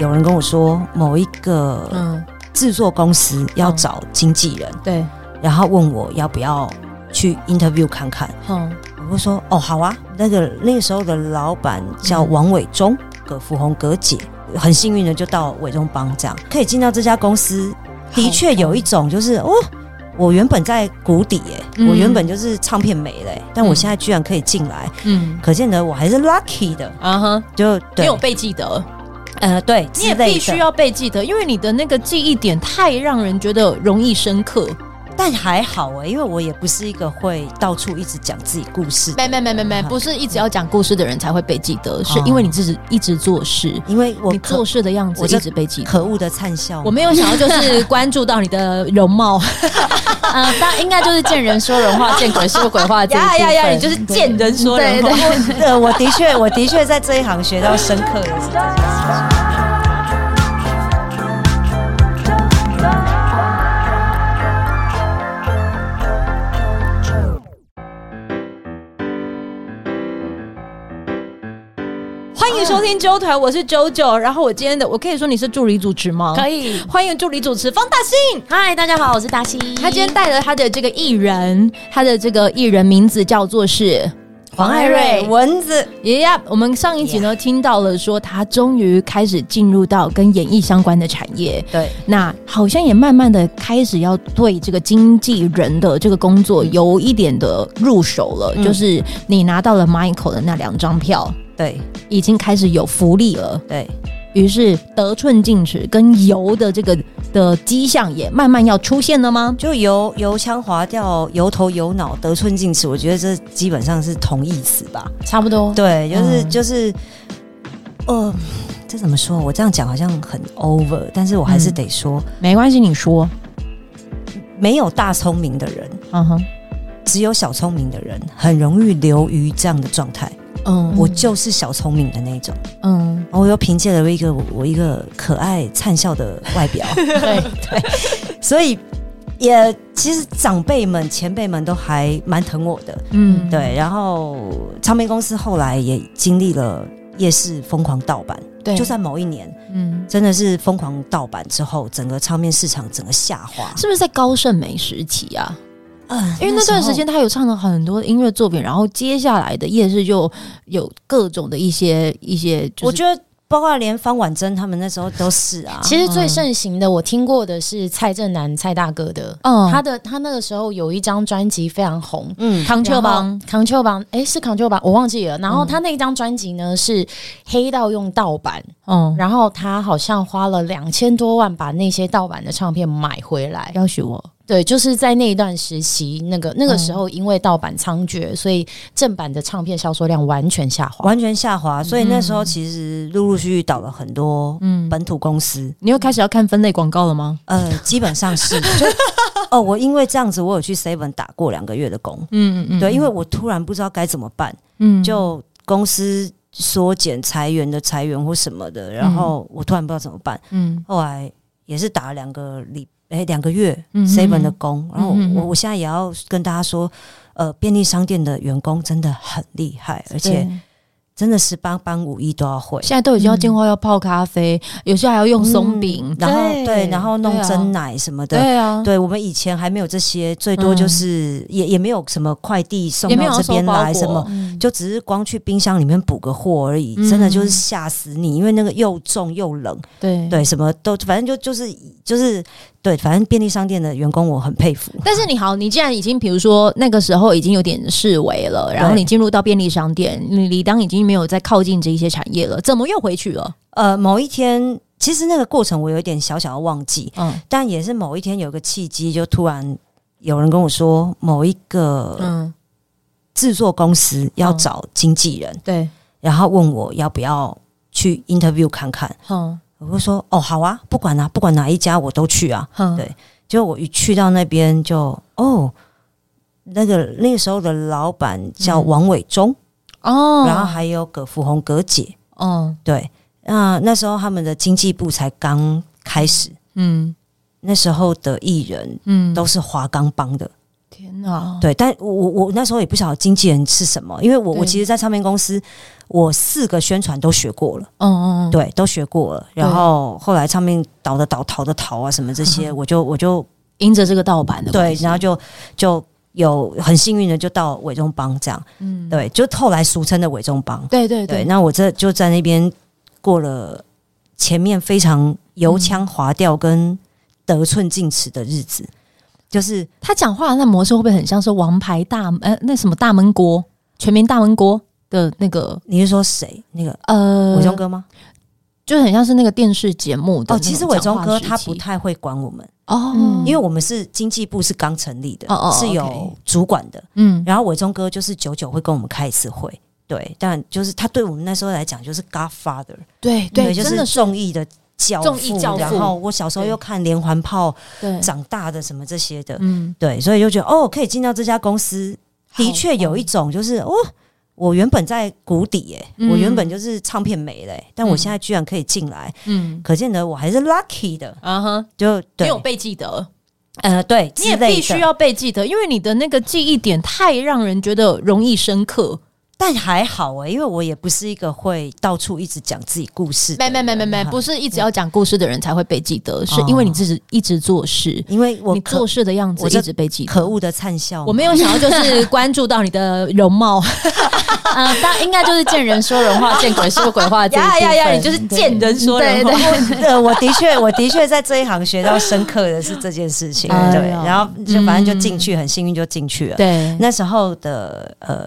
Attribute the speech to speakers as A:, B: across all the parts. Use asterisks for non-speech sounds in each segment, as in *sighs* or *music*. A: 有人跟我说，某一个
B: 嗯，
A: 制作公司要找经纪人，
B: 对，
A: 然后问我要不要去 interview 看看。
B: 嗯
A: 我就说哦，好啊。那个那个时候的老板叫
B: 嗯
A: 王伟忠，葛福红葛姐，很幸运的就到伟忠帮这样，可以进到这家公司，的确有一种就是哦。我原本在谷底耶、
B: 嗯
A: 我原本就是唱片没了耶、但我现在居然可以进来，
B: 嗯
A: 可见得我还是 lucky 的，
B: 啊哈，
A: 就
B: 你
A: 对
B: 有，被记得，
A: 呃，对，
B: 你也
A: 之类
B: 必须
A: 的
B: 要被记得，因为你的那个记忆点太让人觉得容易深刻。
A: 但还好哎、因为我也不是一个会到处一直讲自己故事的
B: 没没没没没，不是一直要讲故事的人才会被记得，是因为你自己一直做事，
A: 因为我
B: 你
A: 可
B: 做事的样子
A: 我这
B: 一直被记得。
A: 可恶的灿笑，
B: 我没有想要就是关注到你的容 *laughs* 貌，呃
C: 嗯，当应该就是见人说人话，见鬼说鬼话这一部
B: *laughs*
C: 分。
B: 见人说
C: 对
B: 话
C: 对。
A: *laughs* 呃，我的确，我的确在这一行学到深刻的事。
B: 欢迎收听周团，我是九九。然后我今天的，我可以说你是助理主持吗？
C: 可
B: 以。
C: 以。
B: 欢迎助理主持方大信，
C: 嗨，大家好，我是达西。
B: 他今天带了他的这个艺人，他的这个艺人名字叫做是
A: 黄艾瑞，蚊子，
B: 耶呀！我们上一集呢听到了说他终于开始进入到跟演艺相关的产业，
A: 对，
B: 那好像也慢慢的开始要对这个经纪人的这个工作有一点的入手了，
A: 嗯
B: 就是你拿到了 Michael 的那两张票，
A: 对，
B: 已经开始有福利了。
A: 对，
B: 于是得寸进尺跟油的这个的迹象也慢慢要出现了吗？
A: 就油油腔滑调、油头油脑、得寸进尺，我觉得这基本上是同义词吧。
C: 差不多。
A: 对，就是、
B: 嗯
A: 就是，呃，这怎么说？我这样讲好像很 over，但是我还是
B: 嗯
A: 得说，
B: 没关系，你说。
A: 没有大聪明的人，
B: 嗯哼，
A: 只有小聪明的人，很容易流于这样的状态。
B: 嗯
A: 我就是小聪明的那一种。
B: 嗯，
A: 然后我又凭借了一个我我一个可爱灿笑的外
B: *laughs*
A: 表，
C: 对，
A: 所以也其实长辈们、前辈们都还蛮疼我的。
B: 嗯，
A: 对，然后唱片公司后来也经历了夜市疯狂盗版，
C: 对
A: 就在某一年
B: 嗯，
A: 真的是疯狂盗版之后，整个唱片市场整个下滑。
B: 是不是在高盛美时期啊？
A: 嗯，
B: 因为那段时间他有唱了很多音乐作品，然后接下来的夜市就有各种的一些一些，就是、
A: 我觉得包括连方婉珍他们那时候都是啊，
C: 其实最盛行的，我听过的是蔡正南、蔡大哥的。
B: 嗯
C: 他的他那个时候有一张专辑非常红，
A: 嗯，
B: 康丘邦，
C: 康丘邦，哎，是康丘邦，我忘记了。然后他那张专辑呢是黑到用盗版，
B: 嗯，
C: 然后他好像花了两千多万把那些盗版的唱片买回来。
B: 嗯要许我，
C: 对，就是在那一段时期，那个那个时候因为盗版猖獗，所以正版的唱片销售量完全下滑。
A: 完全下滑。所以那时候其实陆陆续续倒了很多
B: 嗯，
A: 本土公司，
B: 你又开始要看分类广告了吗？ *laughs*
A: 呃，基本上是就哦，我因为这样子，我有去 Seven 打过两个月的工，
B: 嗯嗯嗯
A: 对，因为我突然不知道该怎么办，
B: 嗯
A: 就公司缩减裁员的裁员或什么的，然后我突然不知道怎么办，
B: 嗯
A: 后来也是打了两个礼哎两个月
B: 嗯
A: Seven 的工，然后
B: 嗯哼
A: 我
B: 哼
A: 我现在也要跟大家说，呃，便利商店的员工真的很厉害，而且
B: 对
A: 真的是帮帮武艺都要会。
B: 现在都已经要进化要泡咖啡，有些还要用松饼
A: 嗯，然后
C: 对
A: 对，然后弄
B: 对啊
A: 蒸奶什么的，
B: 对啊，
A: 对我们以前还没有这些，最多就是、也也没有什么快递送
B: 嗯也没有
A: 到
B: 要
A: 这边
B: 收包
A: 来，
B: 裹
A: 什么
C: 嗯
A: 哦就只是光去冰箱里面补个货而已，
B: 嗯
A: 真的就是吓死你，因为那个又重又冷，
B: 对。
A: 对，什么都反正就就是就是对，反正便利商店的员工我很佩服，
B: 但是你好，你既然已经比如说那个时候已经有点示威了，然后
A: 对
B: 你进入到便利商店，你理当已经没有再靠近这一些产业了，怎么又回去了？
A: 呃，某一天。其实那个过程我有一点小小的忘记，
B: 嗯
A: 但也是某一天有个契机，就突然有人跟我说，某一个
B: 嗯，
A: 制作公司要
B: 嗯
A: 找经纪人，
B: 对，
A: 然后问我要不要去 interview 看看。
B: 嗯
A: 我就说哦，好啊，不管啊，不管哪一家我都去啊。
B: 嗯
A: 对结果我一去到那边就哦，那个那个时候的老板叫
B: 嗯
A: 王伟忠，
B: 哦，
A: 然后还有葛福红、葛姐，
B: 嗯
A: 对，那那时候他们的经济部才刚开始，
B: 嗯
A: 那时候的艺人
B: 嗯
A: 都是华冈帮的，
B: 天哪，
A: 对，但我我我那时候也不晓得经纪人是什么，因为我我
B: 对
A: 其实，在唱片公司，我四个宣传都学过了，
B: 嗯嗯，嗯，
A: 对，都学过了。然后后来唱片倒的倒，逃的逃啊，什么这
B: 嗯
A: 些，我就我就
B: 因着这个盗版的
A: 对
B: 关，系
A: 然后就就有很幸运的就到伟中帮这样，
B: 嗯，
A: 对，就后来俗称的伟中帮。
B: 对对
A: 对，，那我这就在那边过了前面非常
B: 嗯
A: 油腔滑调跟得寸进尺的日子，就是
B: 他讲话的那模式会不会很像是王牌大呃那什么大闷锅全民大闷锅的那个
A: 你是说谁那个
B: 呃
A: 伟忠哥吗？
B: 就很像是那个电视节目的
A: 哦，
B: 那种
A: 其实伟忠
B: 讲话
A: 哥
B: 时
A: 他
B: 期
A: 不太会管我们，
B: 哦，
C: 嗯
A: 因为我们是经济部是刚成立的，
B: 哦哦
A: 是
B: OK
A: 有主管的。
B: 嗯
A: 然后伟忠哥就是久久会跟我们开一次会，对，但就是他对我们那时候来讲就是 Godfather，
C: 对
A: 就
C: 真
A: 是
C: 的
A: 综艺的教
C: 综艺
A: 父
C: 教父
A: 然后我小时候又看连环炮
B: 对
A: 长大的什么这些的，
B: 嗯
A: 对，所以就觉得哦，可以进到这家公司，的确有一种就是哦，我原本在谷底耶、
B: 嗯
A: 我原本就是唱片没嘞、但我现在居然可以进来，
B: 嗯
A: 可见得我还是 lucky 的，
B: 啊哈，
A: 就
B: 你
A: 对
B: 有，被记得，
A: 呃，对，
B: 你也
A: 之类的
B: 必须，要被记得，因为你的那个记忆点太让人觉得容易深刻。
A: 但还好哎、因为我也不是一个会到处一直讲自己故事的
B: 没
A: 人，
B: 没没没没，
A: 哈
B: 不，是一直要讲故事的人才会被记得，是因为你自己一直做事，
A: 因为我
B: 你
A: 可
B: 做事的样子
A: 我
B: 一
A: 这
B: 直被记得。
A: 可恶的灿笑，
B: 我没有想要就是关注到你的容 *laughs* 貌，
C: 呃，当应该就是见人说人话，见鬼说鬼话这一
B: *laughs*
C: 部
B: 呀
C: 分。
B: 呀呀，你就是见人说人
C: 对
B: 话。
A: *laughs*
C: 对
A: 呃，我的确，我的确在这一行学到深刻的是这件事情，
B: *laughs* 哎呦嗯
A: 对，然后就反正就进去，很幸运就进去了。
B: 对嗯
A: 那时候的呃，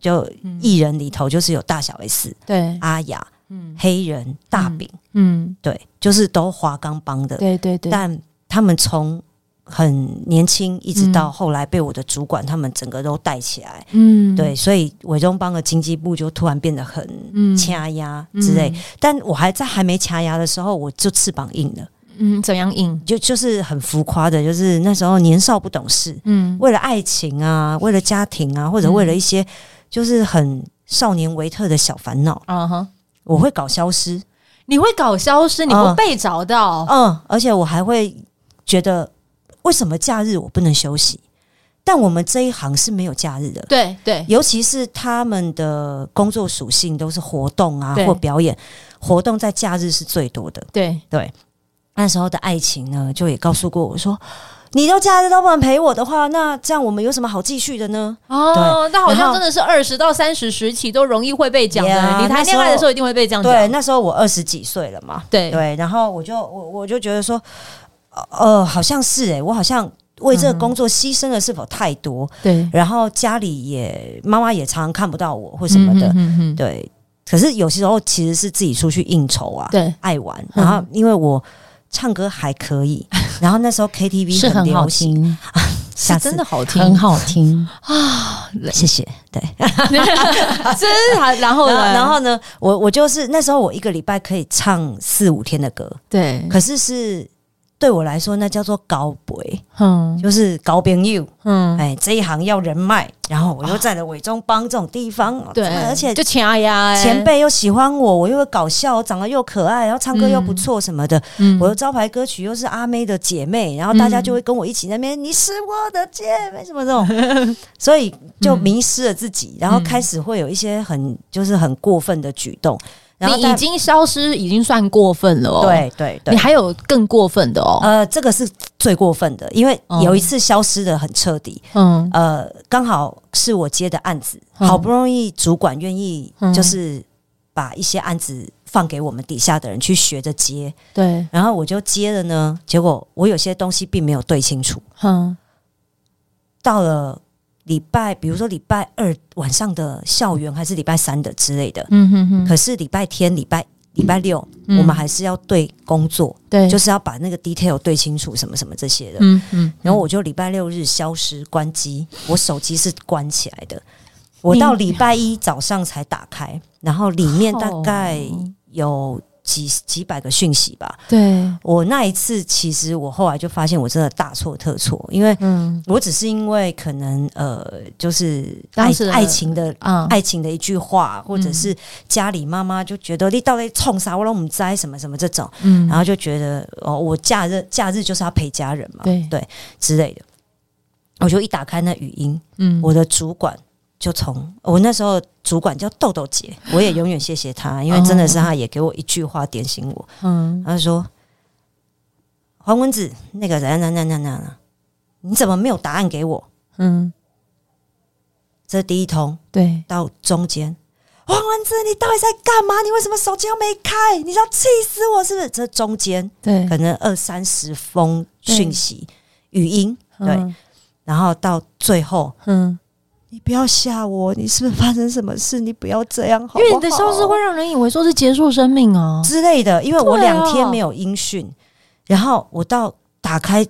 A: 就艺人里头就是有大小 S、
B: 对，
A: 阿雅、
B: 嗯
A: 黑人、大饼，
B: 嗯，
A: 对，就是都华冈帮的，
B: 对对对，
A: 但他们从很年轻一直到后来被我的主管他们整个都带起来，
B: 嗯
A: 对，所以伟中帮的经济部就突然变得很
B: 嗯
A: 掐压之类。，但我还在还没掐压的时候，我就翅膀硬了，
B: 嗯，怎样硬？
A: 就就是很浮夸的，就是那时候年少不懂事，
B: 嗯，
A: 为了爱情啊，为了家庭啊，或者为了一些就是很少年维特的小烦恼，
B: 啊哈，
A: 我会搞消失。
B: 你会搞消失，你会
A: 嗯
B: 被找到，
A: 嗯，而且我还会觉得，为什么假日我不能休息？但我们这一行是没有假日的，
B: 对对，
A: 尤其是他们的工作属性都是活动啊
B: 对
A: 或表演，活动在假日是最多的。
B: 对，
A: 那时候的爱情呢，就也告诉过我说，你都假日都不能陪我的话，那这样我们有什么好继续的呢？
B: 哦，那好
A: 然
B: 像
A: 后
B: 真的是二十到三十时期都容易会被讲的。
A: Yeah，
B: 你谈恋爱的时候一定会被这样
A: 对，
B: 讲，
A: 那时候我二十几岁了嘛，
B: 对
A: 对，然后我就我我就觉得说，呃，好像是诶、我好像为这个工作牺牲了是否太多？
B: 对
A: 然后家里也妈妈也常常看不到我或什么的，
B: 嗯
A: *laughs*
B: 对
A: 对。可是有些时候其实是自己出去应酬啊，
B: 对，
A: 爱玩。
B: 嗯
A: 然后因为我唱歌还可
B: *laughs*
A: 以，然后那时候 KTV
C: 是很好
A: 流行，
C: 听，
A: 下
B: 是
A: 次
B: 真的好听，
C: 很好听。
A: *laughs* 谢谢。对，
B: 真的好。然后
A: 然后
B: 呢？
A: 然后呢，我我就是那时候我一个礼拜可以唱四五天的歌，
B: 对，
A: 可是是对我来说，那叫做高博，
B: 嗯
A: 就是高朋友。
B: 嗯，啊
A: 哎，这一行要人脉，然后我又在了伪中帮这种地方，
B: 对，
A: 而且
B: 就掐呀，哎
A: 前，辈又喜欢我，我又会搞笑，长得又可爱，然后唱歌又不错什么的，
B: 嗯
A: 我的招牌歌曲又是阿妹的姐妹，然后大家就会跟我一起那边、你是我的姐妹什么这种，
B: *laughs*
A: 所以就
B: 嗯
A: 迷失了自己，然后开始会有一些很就是很过分的举动，然后
B: 你
A: 但
B: 已经消失，已经算过分了哦。，
A: 对对对
B: 你，还有更过分的哦。
A: 呃，这个是最过分的，因为
B: 哦
A: 有一次消失的很彻底，
B: 嗯
A: 呃，刚好是我接的案子，
B: 嗯
A: 好不容易主管愿意
B: 嗯
A: 就是把一些案子放给我们底下的人去学着接，
B: 对，
A: 然后我就接了呢，结果我有些东西并没有对清楚，
B: 嗯
A: 到了。礼拜，比如说礼拜二晚上的校园，还是礼拜三的之类的。
B: 嗯哼哼，
A: 可是礼拜天、礼拜礼拜六，
B: 嗯
A: 我们还是要对工作，
B: 对，
A: 就是是要把那个 detail 对清楚，什么什么这些的。
B: 嗯嗯，
A: 然后我就礼拜六日消失关机，我手机是关起来的，我到礼拜一早上才打开，然后里面大概
B: 哦
A: 有几几百个讯息吧。
B: 对，
A: 我那一次其实我后来就发现我真的大错特错，因为
B: 嗯
A: 我只是因为可能呃，就是爱
B: 当时的嗯
A: 爱情的。
B: 啊，
A: 爱情的一句话，或者是家里妈妈就觉得你到底冲啥，我让我们栽什么什么这种，
B: 嗯
A: 然后就觉得哦，我假日假日就是要陪家人嘛，
B: 对
A: 之类的。我就一打开那语音，
B: 嗯，
A: 我的主管就从我那时候主管叫豆豆姐，我也永远谢谢她，因为真的
B: 哦
A: 是她也给我一句话点醒我，
B: 嗯，
A: 她说：“黄文子，那个那那那那那，你怎么没有答案给我
B: 嗯，？”
A: 这第一通
B: 对，
A: 到中间。黄文子，你到底在干嘛？你为什么手机又没开？你要气死我是不是？这中间
B: 对，嗯
A: 可能二三十封讯息、语音，对，
B: 嗯，
A: 然后到最后，
B: 嗯，
A: 你不要吓我，你是不是发生什么事？你不要这样，好不好
B: 因为你的消失会让人以为说是结束生命啊，
A: 之类的，因为我
B: 对啊
A: 两天没有音讯，然后我到打开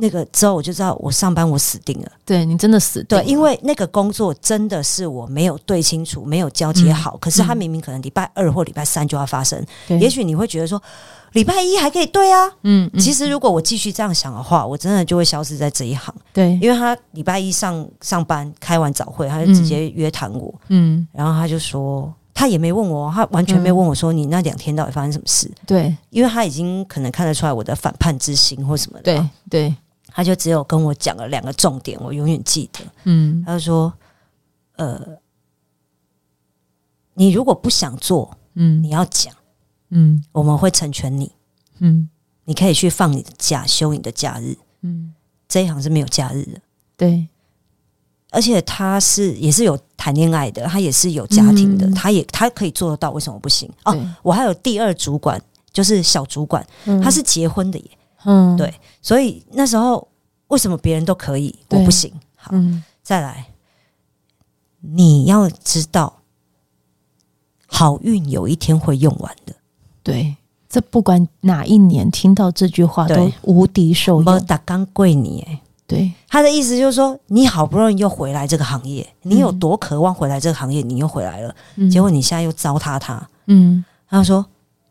A: 那个之后，我就知道我上班我死定了。
B: 对你真的死定
A: 对，
B: 了
A: 因为那个工作真的是我没有对清楚，没有交接好。可是它
B: 嗯
A: 明明可能礼拜二或礼拜三就要发生，
B: 对
A: 也许你会觉得说礼拜一还可以对啊。
B: 嗯，嗯
A: 其实如果我继续这样想的话，我真的就会消失在这一行。
B: 对，
A: 因为他礼拜一上上班开完早会，他就直接约谈我，
B: 嗯，
A: 然后他就说他也没问我，他完全没有问我说你那两天到底发生什么事，
B: 对，
A: 因为他已经可能看得出来我的反叛之心或什么的，
B: 对，，对，
A: 他就只有跟我讲了两个重点，我永远记得，
B: 嗯，
A: 他就说，呃，你如果不想做，你
B: 嗯，
A: 要讲，
B: 嗯，
A: 我们会成全你，
B: 嗯，
A: 你可以去放你的假，休你的假日，
B: 嗯，
A: 这一行是没有假日的。
B: 对，
A: 而且他是也是有谈恋爱的，他也是有家庭的，
B: 嗯
A: 他也他可以做得到，为什么不行？哦，
B: 对，
A: 我还有第二主管，就是小主管，
B: 嗯
A: 他，是结婚的耶，
B: 嗯，
A: 对所以那时候为什么别人都可以，
B: 对
A: 我不行？好，
B: 嗯，
A: 再来，你要知道，好运有一天会用完的，
B: 对，这不管哪一年听到这句话都
A: 对
B: 无敌受
A: 我
B: 用，
A: 打刚贵你耶。
B: 对，
A: 他的意思就是说，你好不容易又回来这个行业，你有多渴望回来这个行业，你又回来了，
B: 嗯
A: 结果，你现在又糟蹋他。
B: 嗯，
A: 他说：“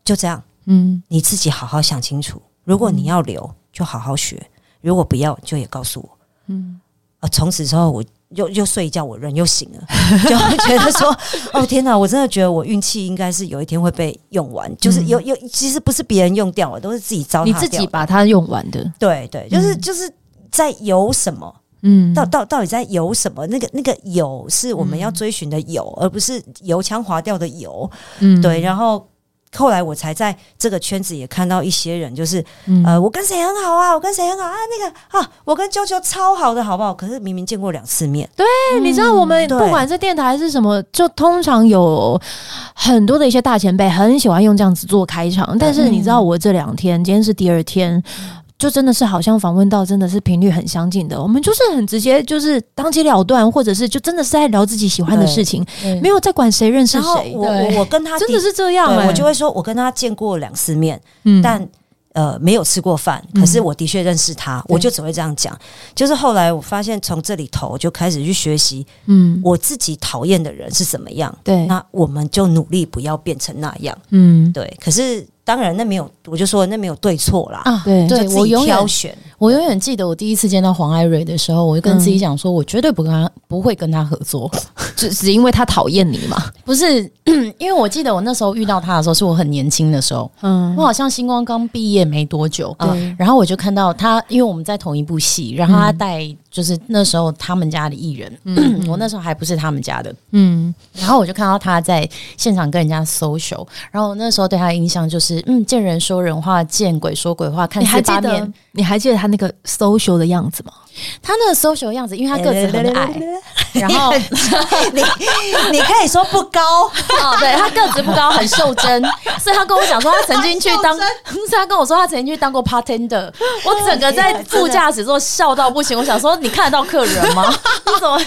A: 就这样，
B: 嗯，
A: 你自己好好想清楚。如果你要留，就好好学；如果不要，就也告诉我。
B: 嗯，”
A: 啊，从此之后，我又又睡一觉，我人又醒了， *laughs* 就会觉得说：“哦，天哪！我真的觉得我运气应该是有一天会被用完，就是有有，其实不是别人用掉啊了，都是自己糟蹋
B: 嗯你
A: 掉
B: 自
A: 的。
B: 己把它用完的，
A: 对对，就是
B: 嗯
A: 就是在游什么。”
B: 嗯，
A: 到到到底在游什么？那个那个游是我们要
B: 嗯
A: 追寻的游，而不是油腔滑调的游。
B: 嗯，
A: 对，然后后来我才在这个圈子也看到一些人，就是、
B: 嗯，
A: 呃，我跟谁很好啊，我跟谁很好啊，那个啊，我跟啾啾超好的，好不好？可是明明见过两次面，
B: 哎你知道我们
A: 嗯对
B: 不管是电台还是什么，就通常有很多的一些大前辈很喜欢用这样子做开场，但是你知
A: 嗯
B: 道我这两天，今天是第二天。就真的是好像访问到真的是频率很相近的，我们就是很直接，就是当机了断，或者是就真的是在聊自己喜欢的
A: 对
B: 事情，
C: 没
B: 没有在管谁认识
A: 然后
B: 谁，
A: 我
C: 对
A: 我我跟他
B: 真
A: 第
B: 的是这样、
A: 对
B: 欸。
A: 我就会说，我跟他见过两次面，
B: 嗯，
A: 但。呃，没有吃过饭，
B: 嗯
A: 可是我的确认识他，我
B: 对
A: 就只会这样讲。就是后来我发现，从这里头就开始去学习
B: 嗯，
A: 我自己讨厌的人是怎么样，
B: 对，
A: 那我们就努力不要变成那样。
B: 嗯
A: 对，可是当然那没有，我就说那没有对错啦，
C: 啊，
B: 对
A: 就
C: 对
A: 自己
C: 我永远
A: 挑选，
C: 我永远记得我第一次见到黄艾瑞的时候，我就跟自己讲说，我绝对不跟他不会跟他合作，
B: 嗯只只因为他讨厌你
A: *laughs*
B: 嘛，
C: 不是 *clears throat* 因为我记得我那时候遇到他的时候，是我很年轻的时候，
B: 嗯
C: 我，好像星光刚毕业没多久，
B: 对
C: 啊然后我就看到他，因为我们在同一部戏，然后他
B: 嗯
C: 带就是那时候他们家的艺人，我那时候还不是他们家的，
B: 嗯
C: 然后我就看到他在现场跟人家 social，然后我那时候对他的印象就是，嗯，见人说人话，见鬼说鬼话，看
B: 你还
C: 四
B: 记
C: 八
B: 得
C: 面。
B: 你还记得他那个 social 的样子吗？
C: 他那个 social 的样子，因为他个子很
B: *laughs*
C: 矮，
A: *laughs*
C: 然后
A: 你 *laughs* 你可以说不
C: *laughs*
A: 高，
C: 哦，对他个子不高，很袖
B: *laughs*
C: 珍，所以他跟我讲说他曾经去当， *laughs* 是他跟我说他曾经去当
B: *laughs*
C: 过 bartender，我整个在副驾驶座笑到不行，我想说你看得到客
B: *laughs*
C: 人吗？你怎么？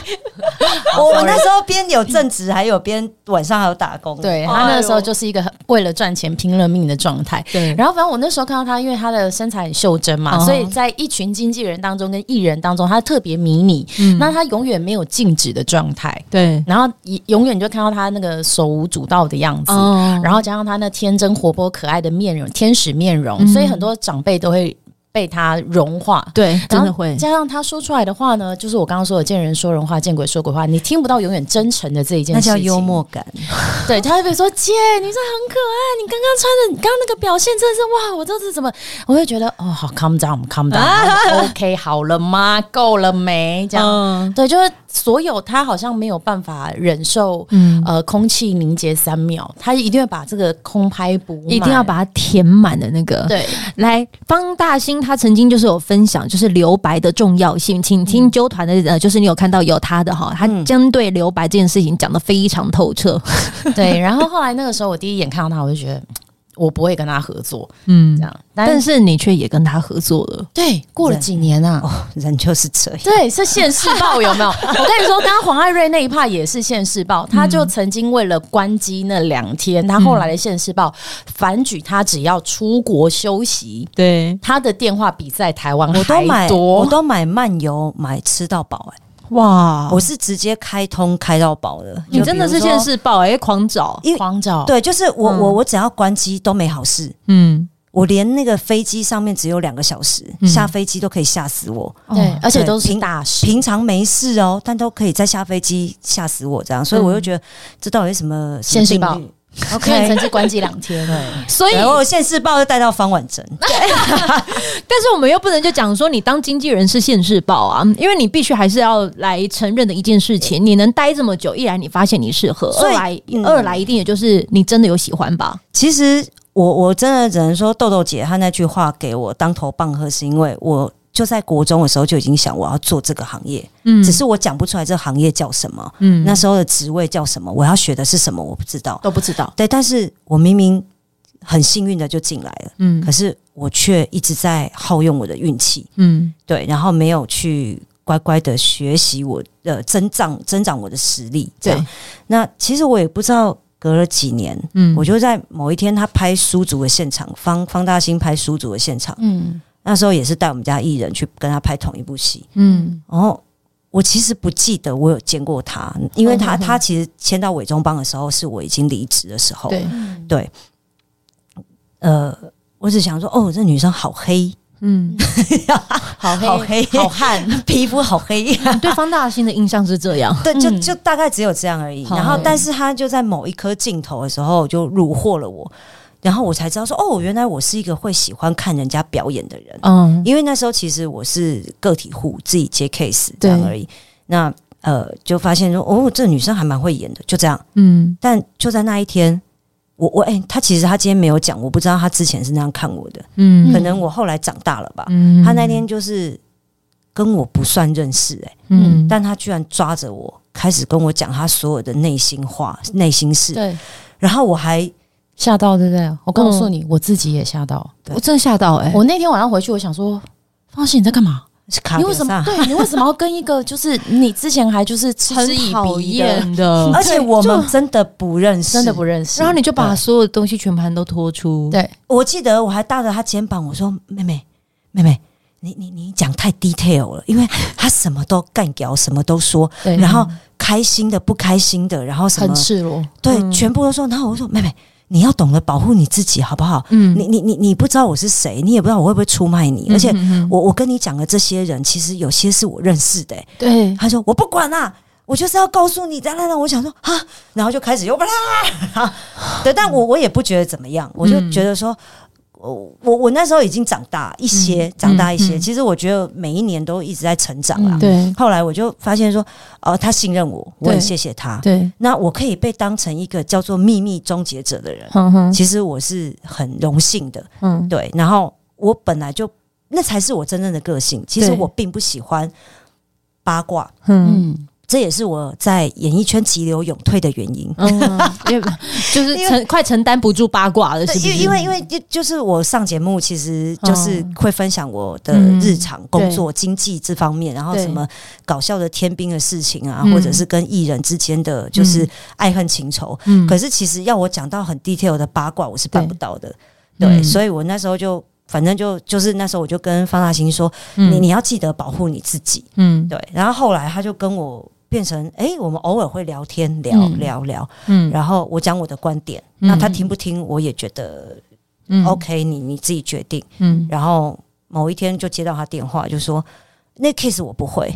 A: 我我那时候边有正职，还有边晚上还有打工，
C: 对
B: 哦
C: 他那个时
B: 哎
C: 候
B: 呦
C: 就是一个很为了赚钱拼了命的状态。
B: 对
C: 然后反正我那时候看到他，因为他的身材很袖珍嘛，
A: 嗯
B: 哦
C: 所以在一群经纪人当中跟艺人当中，他特别迷你，
B: 嗯
C: 那他永远没有静止的状态。
B: 对，
C: 然后也永远就看到他那个手舞足蹈的样子，
A: 嗯
B: 哦
C: 然后加上他那天真活泼可爱的面容，天使面容，
B: 嗯
C: 所以很多长辈都会被他融化。
B: 对，真
C: 然
B: 的
C: 后
B: 会。
C: 加上他说出来的话呢，就是我刚刚说的，见人说人话，见鬼说鬼话，你听不到永远真诚的这一件
A: 那
C: 事情。
A: 叫幽。默感。
C: 对，他会被说姐，你这很可爱，你刚刚穿的，你刚刚那个表现真的是哇，我这是怎么？我会觉得哦，好，calm down，calm
B: *laughs*
C: down，OK，、好了吗？够了没？这样。
B: 嗯
C: 对，就是所有他好像没有办法忍受，
B: 嗯，
C: 呃，空气凝结三秒，他一定会把这个空拍补满，
B: 一定要把它填满的那个。
C: 对
B: 来，方大兴他曾经就是有分享，就是留白的重要性，请听纠团的呃，就是你有看到有他的哈，他
A: 嗯
B: 针对留白这件事情讲得非常透彻。嗯
C: 对。然后后来那个时候，我第一眼看到他，我就觉得嗯我不会跟他合作
B: 嗯
C: 这，样，但
B: 但
C: 是
B: 是你却也跟他合作了。
C: 对，过了几年啊。
A: 哦，人就是这样。
C: 对，是现世 *laughs* 报有没有？我跟你说，刚刚黄爱瑞那一趴也是现世报，他就曾经为了关机那两天，他后来的现世报反举他只要出国休息，
B: 对，
C: 他的电话比在台湾
A: *laughs* 我都
C: 还
A: 买，
C: 多
A: 我。都买漫游，买吃到饱、哎，
B: 哇，
A: 我是直接开通开到饱的。
B: 哦你
A: 就
B: 真的
A: 比
B: 是
A: 如说
B: 现，世报哎、狂找。
A: 因为
C: 黄照
A: 对，就是我、
B: 嗯
A: 我我只要关机都没好事。
B: 嗯，
A: 我连那个飞机上面只有两个小时，
B: 嗯
A: 下飞机都可以吓死我。
C: 嗯对
B: 哦，
C: 而且
A: 对
C: 都是
A: 平
C: 大事。
A: 平常没事哦，但都可以在下飞机吓死我这样，所以我就觉得这到底是什么什么
C: 现世
A: 定
C: 报
A: 律
C: 因为 *laughs*
A: ？OK，
C: 曾经关机两天了，
B: 所以
A: 然后现世报就带到方婉珍，
B: 但是我们又不能就讲说你当经纪人是现世报啊，因为你必须还是要来承认的一件事情，你能待这么久，一来你发现你适合，
A: 所
B: 二
A: 以
B: 来、
A: 嗯
B: 二来一定也就是你真的有喜欢吧？
A: 其实我我真的只能说，豆豆姐她那句话给我当头棒喝，是因为我就在国中的时候就已经想我要做这个行业，
B: 嗯
A: 只是我讲不出来这行业叫什么，
B: 嗯
A: 那时候的职位叫什么，我要学的是什么，我不知道。
B: 都不知道，
A: 对，但是我明明很幸运的就进来了，
B: 嗯
A: 可是我却一直在耗用我的运气，
B: 嗯
A: 对，然后没有去乖乖的学习我呃增长增长我的实力。这样，那其实我也不知道隔了几年，
B: 嗯
A: 我就在某一天他拍苏竹的现场，方方大兴拍苏竹的现场，
C: 嗯，
A: 那时候也是带我们家艺人去跟他拍同一部戏，
B: 嗯
A: 然后。我其实不记得我有见过他，因为他
C: 嗯嗯嗯
A: 他其实签到伪中帮的时候，是我已经离职的时候。
B: 对
C: 嗯
A: 呃，我只想说，哦，这女生好黑， *laughs*
B: 嗯，
C: 好
A: 好
C: 黑
A: 黑，
C: 好汗，
A: 皮肤好黑，
B: *laughs* 对方大兴的印象是这样，
A: 对，就
C: 嗯
A: 就大概只有这样而已。
B: 好
A: 然后，但是他就在某一颗镜头的时候就虏获了我，然后我才知道说，哦，原来我是一个会喜欢看人家表演的人。
B: 嗯
A: 因为那时候其实我是个体户，自己接 case 这样
B: 对
A: 而已。那呃，就发现说，哦，这女生还蛮会演的，就这样。
B: 嗯
A: 但就在那一天，我我哎、她其实她今天没有讲，我不知道她之前是那样看我的，
B: 嗯
A: 可能我后来长大了吧。
B: 嗯
A: 她那天就是跟我不算认识、哎。
B: 嗯
A: 但他居然抓着我，开始跟我讲他所有的内心话、内心事，
C: 对，
A: 然后我还
C: 吓到对不对？我告诉你，我自己也吓到。
B: 我真的吓到哎、
C: 我那天晚上回去，我想说，方心你在干嘛？
A: 卡
C: 你
A: 给
C: 为什么
A: 上？
C: 对你为什么要跟一
B: *laughs*
C: 个就是你之前还就是嗤之以鼻的，
B: *laughs* 的
A: 而且我们真的不认识，
C: 真的不。认识？
B: 然后你就把所有的东西全盘都拖出，
C: 对
A: 我记得我还搭着他肩膀，我说：“妹妹，妹妹，你你你讲太 detail 了，因为他什么都干掉，什么都说，
C: 对，
A: 然后开心的、不开心的，然后什
C: 很
A: 么
C: 赤裸，
A: 对，
B: 嗯
A: 全部都说。”然后我说：“妹妹，你要懂得保护你自己，好不好？
B: 嗯
A: 你你你你不知道我是谁，你也不知道我会不会出卖你，而且
B: 嗯
A: 我我跟你讲的这些人，其实有些是我认识的、欸
C: 对，
A: 他说我不管啦、我就是要告诉你，当然了，我想说啊，然后就开始又巴啦，对，但我我也不觉得怎么样，我就
B: 嗯
A: 觉得说。我我我那时候已经长大一些，
B: 嗯
A: 长大一些。
B: 嗯嗯
A: 其实我觉得每一年都一直在成长啦。
B: 嗯
C: 对
A: 后来我就发现说，哦、他信任我，我
B: 对
A: 很谢谢他。
B: 对，
A: 那我可以被当成一个叫做秘密终结者的人，
B: 哼哼，
A: 其实我是很荣幸的。
B: 嗯
A: 对，然后我本来就那才是我真正的个性。其实
B: 对
A: 我并不喜欢八卦，
B: 嗯
C: 嗯，
A: 这也是我在演艺圈急流勇退的原因。
B: 嗯，因为就是
A: 因为
B: 承快承担不住八卦了，
A: 对
B: 是，不
A: 因
B: 呃是？
A: 为因为因为就就是我上节目，其实就是
B: 嗯
A: 会分享我的
B: 嗯
A: 日常工作、经济这方面，然后
B: 对
A: 什么搞笑的天兵的事情啊，
B: 嗯
A: 或者是跟艺人之间的就是
B: 嗯
A: 爱恨情仇。
B: 嗯
A: 可是其实要我讲到很 detail 的八卦，我是办
B: 对
A: 不到的。
B: 嗯
A: 对，所以我那时候就反正就就是那时候我就跟方大兴说，你你要记得保护你自己。
B: 嗯
A: 对，然后后来他就跟我变成，哎、我们偶尔会聊天，聊、
C: 嗯
A: 聊聊，
B: 嗯
A: 然后我讲我的观点，
B: 嗯
A: 那他听不听，我也觉得、
B: 嗯
A: OK，你你自己决定。
B: 嗯
A: 然后某一天就接到他电话，就说那 case 我不会。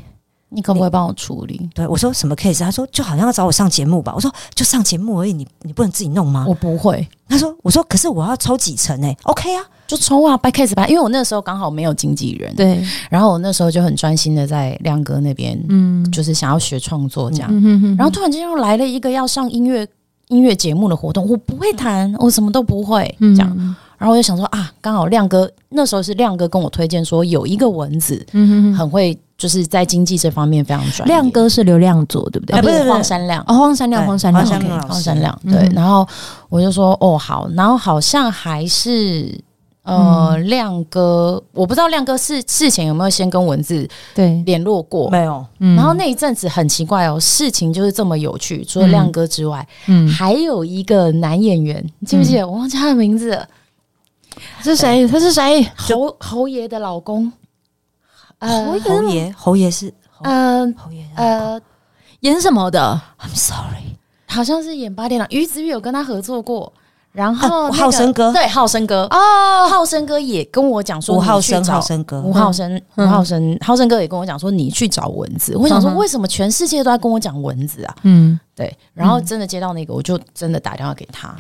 C: 你可不可以帮我处理？
A: 对我说什么 case？他说就好像要找我上节目吧。我说就上节目而已，你你不能自己弄吗？
B: 哦
C: 我不会，
A: 他说我说可是我要抽几成哎、OK 啊，
C: 就抽啊，掰 case 掰。因为我那时候刚好没有经纪人，，
B: 对，
C: 然后我那时候就很专心的在亮哥那边，
B: 嗯，
C: 就是想要学创作这样。
B: 嗯哼哼
C: 然后突然间又来了一个要上音乐音乐节目的活动，我不会弹，我什么都不会
B: 嗯
C: 这样。，然后我就想说啊，刚好亮哥那时候是亮哥跟我推荐说有一个蚊子
B: 嗯哼哼，
C: 很会，就是在经济这方面非常专业。
B: 亮哥是流量左，对不对
C: 啊，？不
A: 不是
C: 是
A: 不是
C: 黄山亮。
B: 哦，荒山亮，
A: 对
B: 荒山亮
A: 荒山
B: ，OK，
A: 亮
C: 黄山亮
B: 嗯
C: 对，然后我就说哦好，然后好像还是呃亮哥，我不知道亮哥是事前有没有先跟蚊子
B: 对，
C: 联络过，
A: 没有，
B: 嗯
C: 然后那一阵子很奇怪哦，事情就是这么有趣。除了
B: 嗯
C: 亮哥之外，
B: 嗯，
C: 还有一个男演员，你记不
A: 嗯
C: 记得？我忘记他的名字了，
B: 是谁？他是谁？
C: 侯侯爷的老公，呃
A: 侯爷侯爷是
C: 呃
A: 侯爷啊
C: 呃，
B: 演什么的？
A: ，I'm sorry，
C: 好像是演八点档，于子玉有跟他合作过，然后、哦那
A: 啊
C: 个
A: 浩生哥
C: 对浩生哥，
B: 哦，
C: 浩生哥也跟我讲说，
A: 吴浩
C: 你去
A: 生
C: 找
A: 浩生哥
C: 吴，浩生，吴
B: 嗯
C: 浩生，浩生哥也跟我讲说，你去找蚊子。我想说
B: 嗯，哼
C: 为什么全世界都在跟我讲蚊子啊？
B: 嗯，
C: 对，然后真的接到那个，我就真的打电话给他，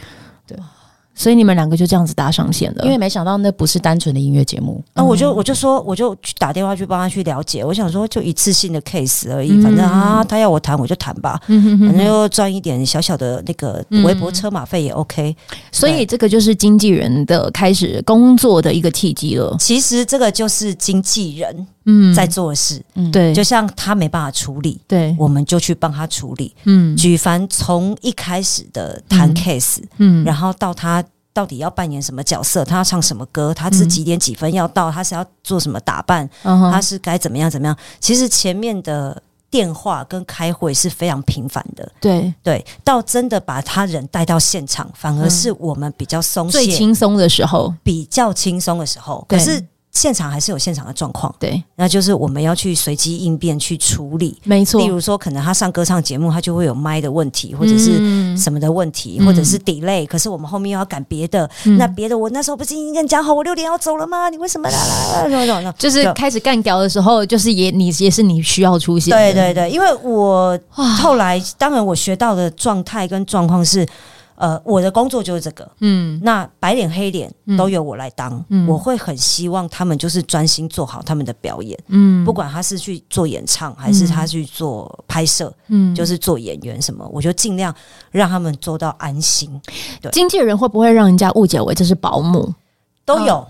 B: 所以你们两个就这样子搭上线
A: 嗯
B: 了，
C: 因为没想到那不是单纯的音乐节目，
A: 那、我就
B: 嗯
A: 我就说我就去打电话去帮他去了解，我想说就一次性的 case 而已，
B: 嗯
A: 反正啊他要我谈我就谈吧，
B: 嗯哼哼嗯
A: 反
B: 哼
A: 正又赚一点小小的那个微薄车马费也 OK。
B: 所以这个就是经纪人的开始工作的一个契机了。
A: 其实这个就是经纪人
B: 哦嗯
A: 在做的事，
C: 嗯，
B: 对，
A: 就像他没办法处理，
B: 对，
A: 我们就去帮他处理。
B: 嗯
A: 举凡从一开始的谈
B: 嗯
A: case，、
B: 嗯
A: 然后到他到底要扮演什么角色，他要唱什么歌，他
B: 嗯
A: 是几点几分要到，他是要做什么打扮，
B: 后
A: 他是该怎么样怎么样。其实前面的电话跟开会是非常频繁的，
B: 对
A: 对，到真的把他人带到现场，反而是我们比较松
B: 嗯最
A: 懈、
B: 轻松的时候，
A: 比较轻松的时候。可
B: 对
A: 是现场还是有现场的状况，
B: 对，
A: 那就是我们要去随机应变去处理。
B: 没错
A: 例，如说，可能他上歌唱节目，他就会有麦的问题，或者是
B: 是
A: 什么的问题，
B: 嗯
A: 或者是 delay，可是我们后面又要赶别的，那别的我那时候不是已经跟你讲好我六点要走了吗？你为什么啦啦啦啦啦啦？
B: 就是开始干掉的时候，就是也你也是你需要出现的，
A: 对对对，因为我
B: 哇，
A: 后来当然我学到的状态跟状况是，呃，我的工作就是这个，
B: 嗯
A: 那白脸黑脸
B: 嗯
A: 都由我来当，
B: 嗯
A: 我会很希望他们就是专心做好他们的表演，
B: 嗯
A: 不管他是去做演唱还是他去做拍摄，
B: 嗯
A: 就是做演员什么，我就尽量让他们做到安心，
B: 经纪人会不会让人家误解为这是保姆？
A: 都有、
B: 嗯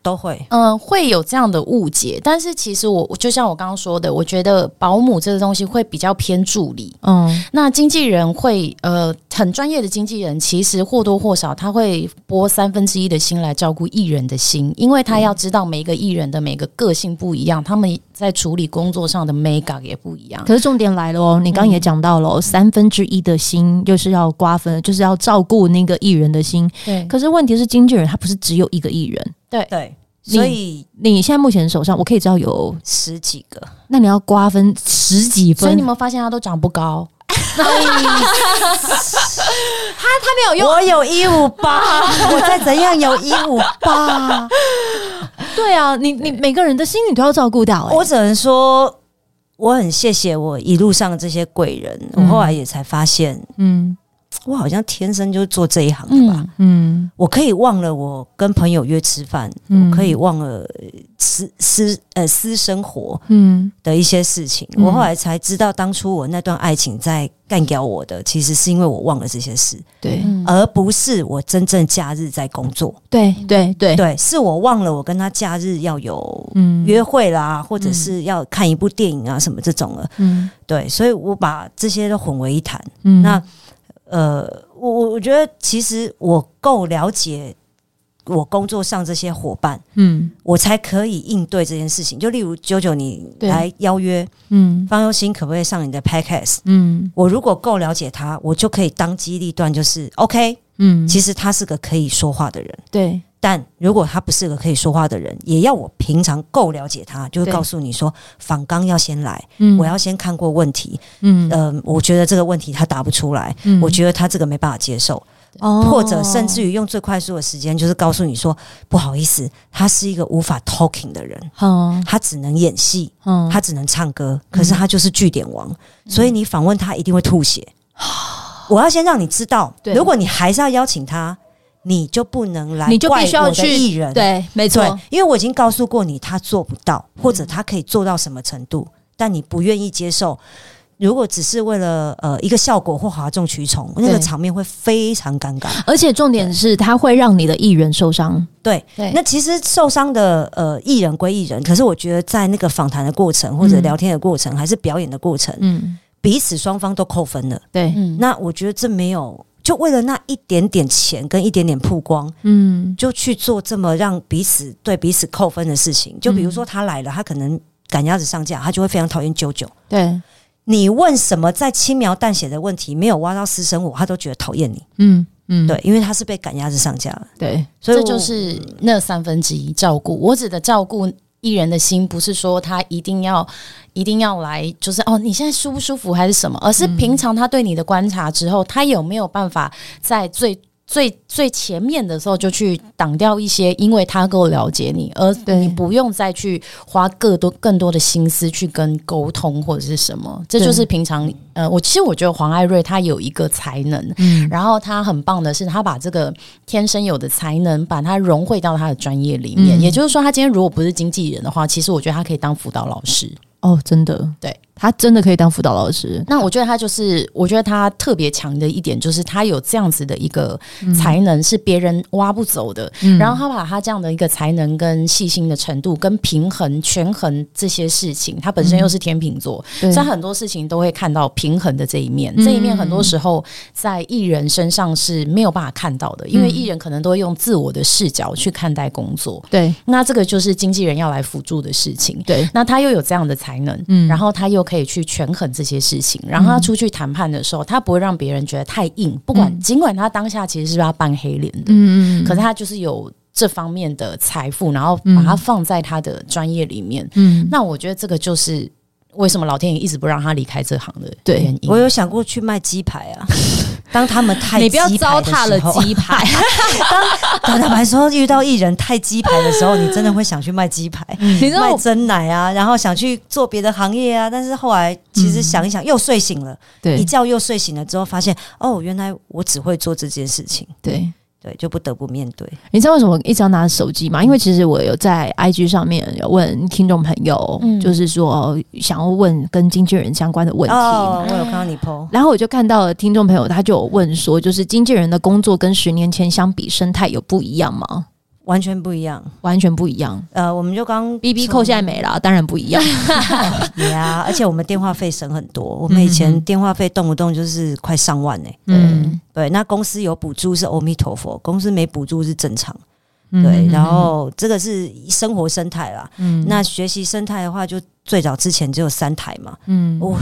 A: 都会。
C: 嗯、会有这样的误解，但是其实我我就像我刚刚说的，我觉得保姆这个东西会比较偏助理，
B: 嗯
C: 那经纪人会呃很专业的经纪人，其实或多或少他会拨三分之一的心来照顾艺人的心，因为他要知道每一个艺人的每个个性不一样，他们在处理工作上的 make up 也不一样。
B: 可是重点来了哦，你刚刚也讲到了、哦，三分之一的心就是要瓜分，就是要照顾那个艺人的心。
C: 对
B: 可是问题是，经纪人他不是只有一个艺人，
A: 对，
B: 你
A: 所以
B: 你现在目前手上我可以知道有，
A: 十几个，
B: 那你要瓜分十几分，
C: 所以你有没有发现他都长不高？
B: *laughs*
A: 我有一五
B: *laughs*
A: 八，我再怎样有一五八，
B: 对啊，你你每个人的心你都要照顾到、欸，
A: 我只能说。我很谢谢我一路上的这些贵人，我
B: 嗯
A: 后来也才发现，
B: 嗯
A: 我好像天生就是做这一行的吧。
B: 嗯
A: 我可以忘了我跟朋友约吃饭，
B: 嗯
A: 我可以忘了呃私私呃私生活
B: 嗯
A: 的一些事情。
B: 嗯
A: 我后来才知道，当初我那段爱情在干掉我的，其实是因为我忘了这些事，
B: 对
C: 嗯，
A: 而不是我真正假日在工作。
B: 对对对，
A: 对，是我忘了我跟他假日要有
B: 哎嗯
A: 约会啦，或者是要看一部电影啊什么这种了。
B: 嗯
A: 对，所以我把这些都混为一谈。
B: 嗯
A: 那呃，我我我觉得其实我够了解我工作上这些伙伴，
B: 嗯
A: 我才可以应对这件事情。就例如九九，你
B: 对
A: 来邀约
B: 嗯
A: 方佑兴，可不可以上你的 podcast？
B: 嗯
A: 我如果够了解他，我就可以当机立断，就是 OK，
B: 嗯，
A: 其
B: 实
A: 实他是个可以说话的人。
B: 对
A: 但如果他不是个可以说话的人，也要我平常够了解他，就会
B: 对
A: 告诉你说，访纲要先来，
B: 嗯
A: 我要先看过问题。呃
B: 嗯
A: 嗯、我觉得这个问题他答不出来，
B: 嗯
A: 我觉得他这个没办法接受，
B: 哦
A: 或者甚至于用最快速的时间，就是告诉你说不好意思，他是一个无法 talking 的人，
B: 嗯
A: 他只能演戏，
B: 嗯，
A: 他只能唱歌，可是他就是据点王，所以你访问他一定会吐
B: *sighs*
A: 血。我要先让你知道，
C: 对
A: 如果你还是要邀请他，你就不能来，
B: 你就必须要去
A: 艺人，
C: 对，没
A: 对，
B: 嗯
A: 因为我已经告诉过你，他做不到，或者他可以做到什么程
B: 嗯
A: 度，但你不愿意接受。如果只是为了呃一个效果或哗众取宠，那个
B: 对啊
A: 场面会非常尴尬。
B: 而且重点是，它会让你的艺人受伤。
A: 对，
B: 哎
C: 对
A: 那其实受伤的呃艺人归艺人，可是我觉得在那个访谈的过程，或者
B: 嗯
A: 聊天的过程，还是表演的过程，
B: 嗯，
A: 彼此双方都扣分了。
B: 对，
C: 嗯，
A: 那我觉得这没有，就为了那一点点钱跟一点点曝光，
B: 嗯
A: 就去做这么让彼此对彼此扣分的事情。就比
C: 嗯
A: 如说他来了，他可能赶鸭子上架，他就会非常讨厌啾啾。
B: 对，
A: 你问什么再轻描淡写的问题，没有挖到私生活，他都觉得讨厌你。
B: 嗯嗯，
A: 对，因为他是被赶鸭子上架了，
B: 对，
A: 所以
C: 这
A: 我
C: 就是那三分之一照顾。我指的照顾艺人的心，不是说他一定要一定要来，就是哦，你现在舒不舒服还是什么，而是
A: 嗯
C: 平常他对你的观察之后，他有没有办法在最。最最前面的时候就去挡掉一些，因为他够了解你，而
B: 对
C: 你不用再去花更多更多的心思去跟沟通或者是什么。这
B: 对
C: 就是平常呃，我其实我觉得黄艾瑞他有一个才能，
B: 嗯
C: 然后他很棒的是，他把这个天生有的才能，把它融汇到他的专业里面。
B: 嗯
C: 也就是说，他今天如果不是经纪人的话，其实我觉得他可以当辅导老师。
B: 哦，真的，
C: 对
B: 他真的可以当辅导老师。
C: 那我觉得他就是，我觉得他特别强的一点就是，他有这样子的一个才能，是别人挖不走的。然后他把他这样的一个才能、跟细心的程度、跟平衡、权衡这些事情，他本身又是天秤座，
B: 对
C: 所以很多事情都会看到平衡的这一面，
B: 嗯
C: 这一面很多时候在艺人身上是没有办法看到的，因
B: 嗯
C: 为艺人可能都会用自我的视角去看待工作，
B: 对
C: 那这个就是经纪人要来辅助的事情。
B: 对，
C: 那他又有这样的才能，
B: 嗯
C: 然后他又可以去权衡这些事情，然后他出去谈判的时候，他不会让别人觉得太硬，不管、
B: 嗯
C: 尽管他当下其实是要扮黑脸的，
B: 嗯嗯，
C: 可是他就是有这方面的财富，然后把它
B: 嗯
C: 放在他的专业里面，
B: 嗯，
C: 那我觉得这个就是为什么老天爷一直不让他离开这行的
B: 对
C: 原因。
A: 我有想过去卖鸡排
C: *laughs*
A: 啊。当他们太
C: 你不要
A: 鸡排
C: 糟
A: 的
C: 蹋
A: 时
C: 了
A: 候
C: 鸡排，
A: *laughs* 当坦白说，遇到艺人太鸡排的时候，你真的会想去卖鸡排。
C: 你知道
A: 卖
C: 我
A: 真奶啊，然后想去做别的行业啊，但是后来其
C: 嗯
A: 实想一想，又睡醒了，一
B: 对
A: 觉又睡醒了之后，发现哦，原来我只会做这件事情，
B: 对。
A: 对，就不得不面对。
B: 你知道为什么一直要拿手机吗？因为其实我有在 IG 上面有问听众朋友，
C: 嗯
B: 就是说想要问跟经纪人相关的问题。嗯
A: 哦，我有看到你 PO，
B: 然后我就看到了听众朋友，他就有问说，就是经纪人的工作跟十年前相比，生态有不一样吗？
A: 完全不一样。
B: 完全不一样。
A: 呃，我们就刚
B: B B 扣现在没了，当然不一样。
A: 呀，而且我们电话费省很
B: *laughs*
A: 多，我们以
B: 嗯
A: 前
B: 哼
A: 电话费动不动就是快上万呢、
B: 嗯，
A: 对，那公司有补助是阿弥陀佛，公司没补助是正常。
B: 嗯
A: 对，然后这个是生活生态啦。
B: 嗯
A: 那学习生态的话，就最早之前只有三台嘛，
B: 嗯
A: 我哦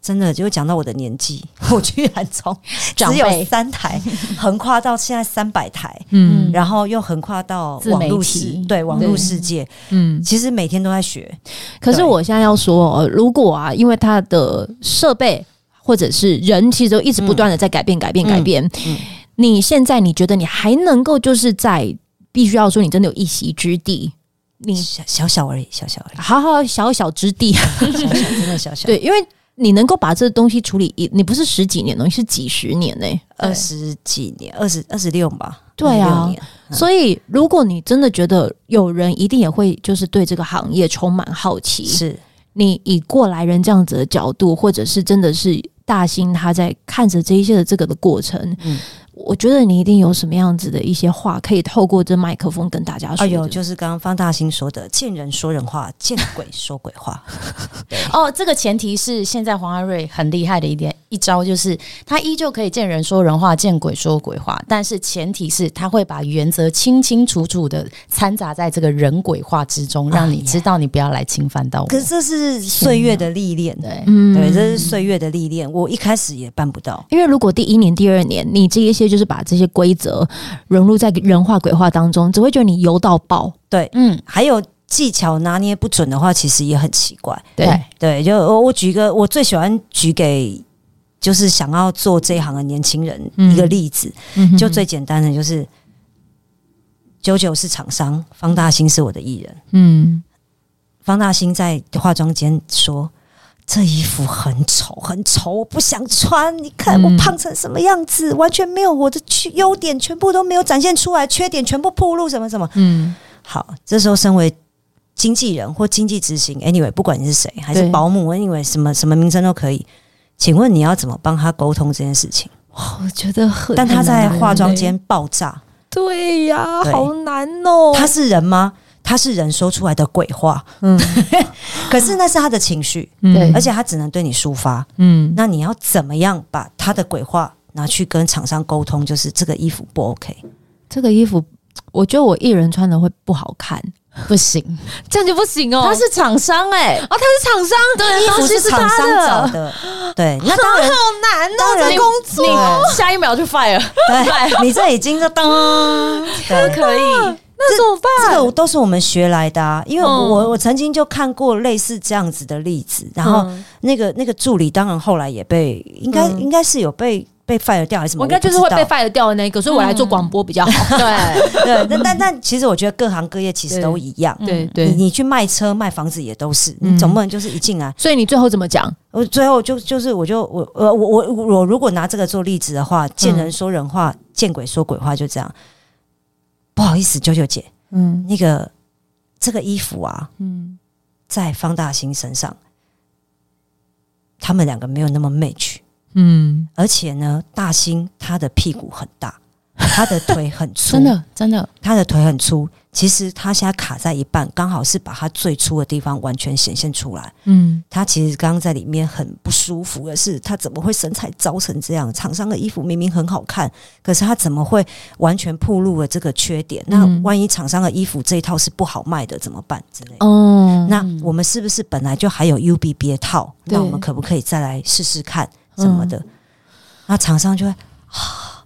A: 真的就讲到我的年纪， *laughs* 我居然从
C: 长
A: 只有
C: 辈
A: 三台横跨到现在三百台，
B: 嗯
A: 然后又横跨到
C: 自
A: 网
C: 媒
A: 络
C: 体
A: 世对网络
B: 对
A: 世界，
B: 嗯。
A: 其实每天都在学。
B: 可是
A: 对
B: 我现在要说，呃如果啊，因为他的设备或者是人，其实都一直不断的在改变、改变、
A: 嗯
B: 改变。
A: 嗯
B: 你现在你觉得你还能够就是在必须要说你真的有一席之地，你
A: 小小小而已，小小而
B: 好好小小之地，
A: 已，小小真的小小。
B: 对，因为你能够把这东西处理一，你不是十几年哦，你是几十年呢、
A: 二十几年，二十二十六吧，
B: 对啊
A: 26年，嗯
B: 所以，如果你真的觉得有人一定也会就是对这个行业充满好奇，
A: 是
B: 你以过来人这样子的角度，或者是真的是大兴他在看着这一些的这个的过程，
A: 嗯
B: 我觉得你一定有什么样子的一些话可以透过这麦克风跟大家说
A: 哎
B: 的。
A: 呦，就是刚刚方大兴说的，见人说人话，见鬼说鬼话。
C: 哦，这个前提是现在黄安瑞很厉害的一点一招，就是他依旧可以见人说人话，见鬼说鬼话，但是前提是他会把原则清清楚楚的掺杂在这个人鬼话之中，让
B: 哎
C: 你知道你不要来侵犯到我。
A: 可是这是岁月的历练，
C: 对，
B: 嗯
A: 对，这是岁月的历练。我一开始也办不到，
B: 因为如果第一年、第二年，你这一些就是把这些规则融入在人话鬼话当中，只会觉得你油到爆。
A: 对，
C: 嗯，
A: 还有技巧拿捏不准的话，其实也很奇怪。
C: 对，
A: 对，就我我举一个我最喜欢举给就是想要做这一行的年轻人
B: 嗯
A: 一个例子。
B: 嗯哼
A: 就最简单的就是，九九是厂商，方大兴是我的艺人。
B: 嗯
A: 方大兴在化妆间说：“这衣服很丑，很丑，我不想穿。你看
B: 嗯
A: 我胖成什么样子，完全没有我的缺优点，全部都没有展现出来，缺点全部暴露，什么什么。
B: 嗯”
A: 好，这时候身为经纪人或经济执行，anyway，不管你是谁，还是
B: 对
A: 保姆，anyway，什么什么名称都可以。请问你要怎么帮他沟通这件事情？
B: 我觉得很，
A: 但他在化妆
B: 很难
A: 间爆炸，
B: 欸，对呀，
A: 对
B: 好难哦。
A: 他是人吗？他是人说出来的鬼话，
B: 嗯，
A: *laughs* 可是那是他的情绪，
B: 对
A: 而且他只能对你抒发。
B: 嗯
A: 那你要怎么样把他的鬼话拿去跟厂商沟通？就是这个衣服不 OK，
B: 这个衣服，我觉得我一人穿的会不好看，
C: 不行，
B: 这样就不行哦。
C: 他是厂商哎、
B: 哦，他是厂商，对
A: 衣服
B: 东西
A: 是厂
B: 他
A: 商找
B: 的，
A: 的，对，那当然
B: 好难
A: 当然
B: 这工作
C: 你下一秒就 fire，
A: 对，你这已经就当，对，
C: 可以，
B: 那怎么办？
A: 这个都是我们学来的啊，因为我
B: 嗯
A: 我我曾经就看过类似这样子的例子，然后
B: 嗯
A: 那个那个助理当然后来也被应该
B: 嗯
A: 应该是有被被 fire 掉还是什么，
B: 我应该就是会被
A: 我不知道
B: fire 掉的那一个，所以我来做广播比较好。 *laughs*
C: 对，
A: 对，但但但其实我觉得各行各业其实都一样。
B: 对
A: 你
B: 对，
A: 你去卖车卖房子也都是，
B: 嗯
A: 你总不能就是一进来
B: 所以你最后怎么讲？
A: 我最后就就是我就我呃我我我如果拿这个做例子的话，见
B: 嗯
A: 人说人话，见鬼说鬼话，就这样。不好意思，九九姐，
B: 嗯
A: 那个这个衣服啊，
B: 嗯
A: 在方大兴身上，他们两个没有那么 match，
B: 嗯，
A: 而且呢，大兴他的屁股很大，他的腿很
B: *laughs*
A: 粗，
C: 真的真的，
A: 他的腿很粗。其实他现在卡在一半，刚好是把他最粗的地方完全显现出来。
B: 嗯
A: 他其实刚刚在里面很不舒服的是，他怎么会身材糟成这样？厂商的衣服明明很好看，可是他怎么会完全暴露了这个缺点？那
B: 嗯
A: 万一厂商的衣服这一套是不好卖的，怎么办之类的？
B: 哦，
A: 那我们是不是本来就还有 U B 别套？
B: 对嗯
A: 那我们可不可以再来试试看什么的？那厂商就会啊，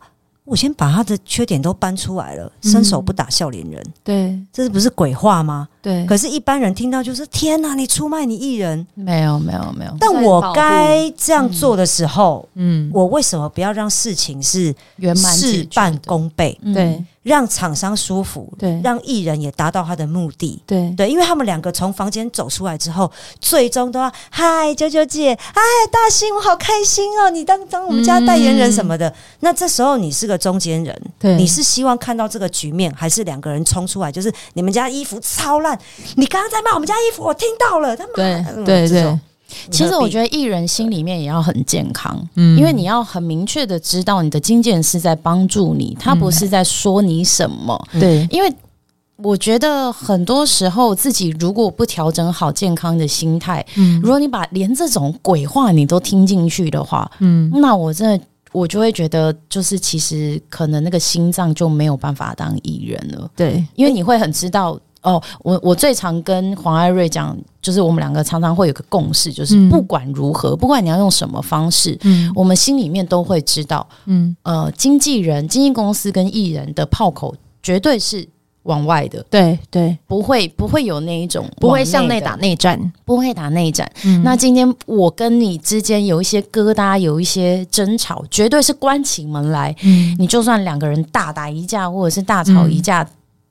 A: 我先把他的缺点都搬出来了，伸手不打笑脸人，
B: 对
A: 这不是鬼话吗？
B: 对，
A: 可是，一般人听到就是天哪、你出卖你艺人！
C: 没有没有没有，
A: 但我该这样做的时候，
B: 嗯
A: 我为什么不要让事情是
C: 圆满解决
A: 事半功倍，
C: 嗯
B: 对
A: 让厂商舒服，
B: 对
A: 让艺人也达到他的目的？
B: 对
A: 对，因为他们两个从房间走出来之后，最终都要嗨九九姐，嗨大兴，我好开心哦，你当当我们家代言人什么
C: 嗯
A: 的。那这时候你是个中间人，
B: 对，
A: 你是希望看到这个局面，还是两个人冲出来？就是你们家衣服超烂，你刚刚在骂我们家衣服，我听到了，他们嗯
B: 对对对，
C: 其实我觉
A: 得
C: 得艺人心里面也要很健康，
B: 嗯
C: 因为你要很明确的知道你的经纪人是在帮助你，他不是在说你什么。
B: 嗯对
C: 因为我觉得很多时候自己如果不调整好健康的心态，
B: 嗯
C: 如果你把连这种鬼话你都听进去的话，
B: 嗯
C: 那我真的。我就会觉得，就是其实可能那个心脏就没有办法当艺人了。
B: 对
C: 因为你会很知道哦。我我最常跟黄艾瑞讲，就是我们两个常常会有个共识，就是
B: 嗯
C: 不管如何，不管你要用什么方式，
B: 嗯
C: 我们心里面都会知道，
B: 嗯
C: 呃，经纪人、经纪公司跟艺人的炮口绝对是往外的，
B: 对对，
C: 不会不会有那一种
B: 不会
C: 往
B: 向内
C: 的
B: 打，内战。
C: 不会打内战。
B: 嗯
C: 那今天我跟你之间有一些疙瘩，有一些争吵，绝对是关起门来，
B: 嗯
C: 你就算两个人大打一架或者是大吵一架、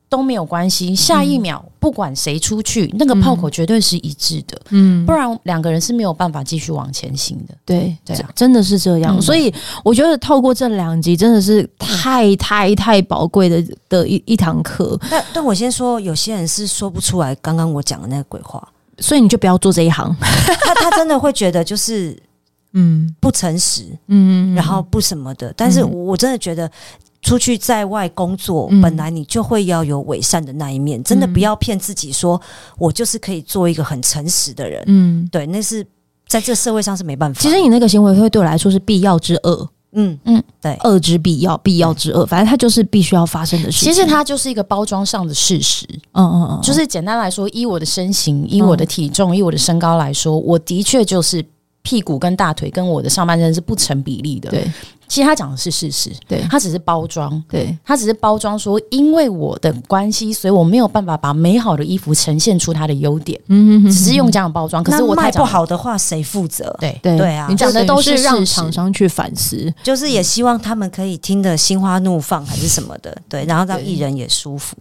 C: 都没有关系，
B: 嗯
C: 下一秒、不管谁出去，那个炮口绝对是一致的，
B: 嗯
C: 不然两个人是没有办法继续往前行的。
B: 对
C: 对啊
B: 真真的是这样。
C: 嗯
B: 所以我觉得透过这两集真的是太太太宝贵的的一一堂课，
A: 但但我先说，有些人是说不出来刚刚我讲的那个鬼话，
B: 所以你就不要做这一行。
A: 他他真的会觉得就是
B: 嗯
A: 不诚实，
B: 嗯
A: 然后不什么的。但
C: 嗯
A: 是我真的觉得。出去在外工作，
B: 嗯
A: 本来你就会要有伪善的那一面，真的
B: 嗯
A: 不要骗自己说，我就是可以做一个很诚实的人。
B: 嗯，
A: 对，那是在这社会上是没办法。
B: 其实，你那个行为会对我来说是必要之恶，
A: 嗯，
B: 恶之必要，必要之恶。反正它就是必须要发生的事情。
C: 其实它就是一个包装上的事实，
B: 嗯，嗯嗯，
C: 就是简单来说，依我的身形、依我的体重、依我的身高来说，我的确就是。屁股跟大腿跟我的上半身是不成比例的，
B: 对，
C: 其实他讲的是事实，
B: 对
C: 他只是包装，
B: 对
C: 他只是包装说，因为我的关系，所以我没有办法把美好的衣服呈现出它的优点，
B: 嗯
C: 只是用这样的包装。可是我
A: 那
C: 太
A: 卖
C: 讲
A: 不，好的话，谁负责？
C: 对，
B: 对
A: 对啊
B: 你讲的都是
C: 就等于是
B: 让
C: 事实
B: 厂商去反思，
A: 就是也希望他们可以听得心花怒放，还是什么的，对，然后让
B: 对
A: 艺人也舒服。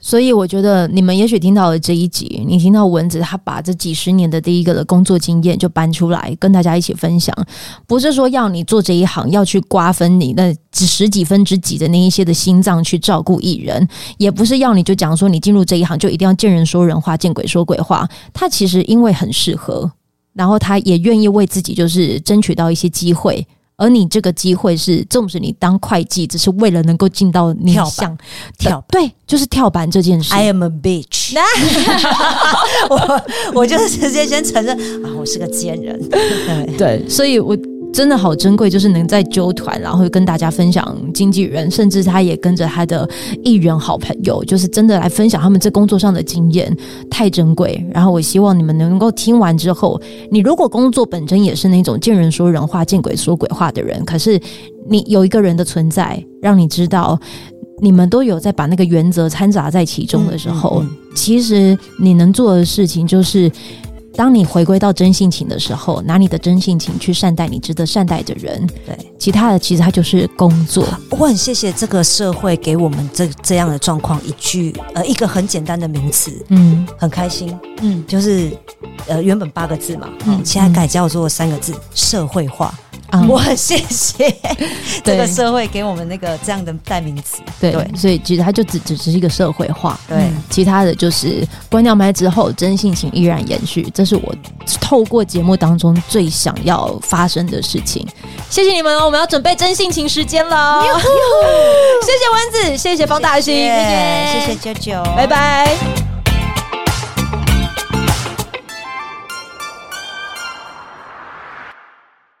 B: 所以我觉得你们也许听到了这一集，你听到蚊子他把这几十年的第一个的工作经验就搬出来跟大家一起分享，不是说要你做这一行要去瓜分你那几十几分之几的那一些的心脏去照顾艺人，也不是要你就讲说你进入这一行就一定要见人说人话，见鬼说鬼话。他其实因为很适合，然后他也愿意为自己就是争取到一些机会。而你这个机会是，纵使你当会计，只是为了能够进到你
A: 跳板
B: 想
A: 跳
B: 对，就是跳板这件事。 *laughs*
A: I am a bitch，我我就是直接先承认啊，我是个奸
B: *laughs*
A: 人。对，
B: 对，所以我真的好珍贵，就是能在纠团，然后跟大家分享经纪人，甚至他也跟着他的艺人好朋友，就是真的来分享他们这工作上的经验，太珍贵。然后我希望你们能够听完之后，你如果工作本身也是那种见人说人话、见鬼说鬼话的人，可是你有一个人的存在，让你知道。你们都有在把那个原则掺杂在其中的时候，
A: 嗯嗯
B: 其实你能做的事情就是，当你回归到真性情的时候，拿你的真性情去善待你值得善待的人，
A: 对，
B: 其他的其实它就是工作。
A: 我很谢谢这个社会给我们这这样的状况一句呃一个很简单的名词，
B: 嗯，
A: 很开心，
C: 嗯，
A: 就是呃原本八个字嘛，
B: 嗯
A: 嗯，现在改叫做三个字社会化。
B: 啊
A: 我很谢谢这
B: 对
A: 个社会给我们那个这样的代名词。
B: 对，
A: 对
B: 所以其实它就只只只是一个社会化。
A: 对
B: 嗯其他的就是关掉麦之后，真性情依然延续，这是我透过节目当中最想要发生的事情。谢谢你们哦，我们要准备真性情时间了。 *laughs* 谢谢蚊子，谢谢方大勋，
A: 谢
B: 谢
A: 谢，谢谢九九，
B: 拜拜。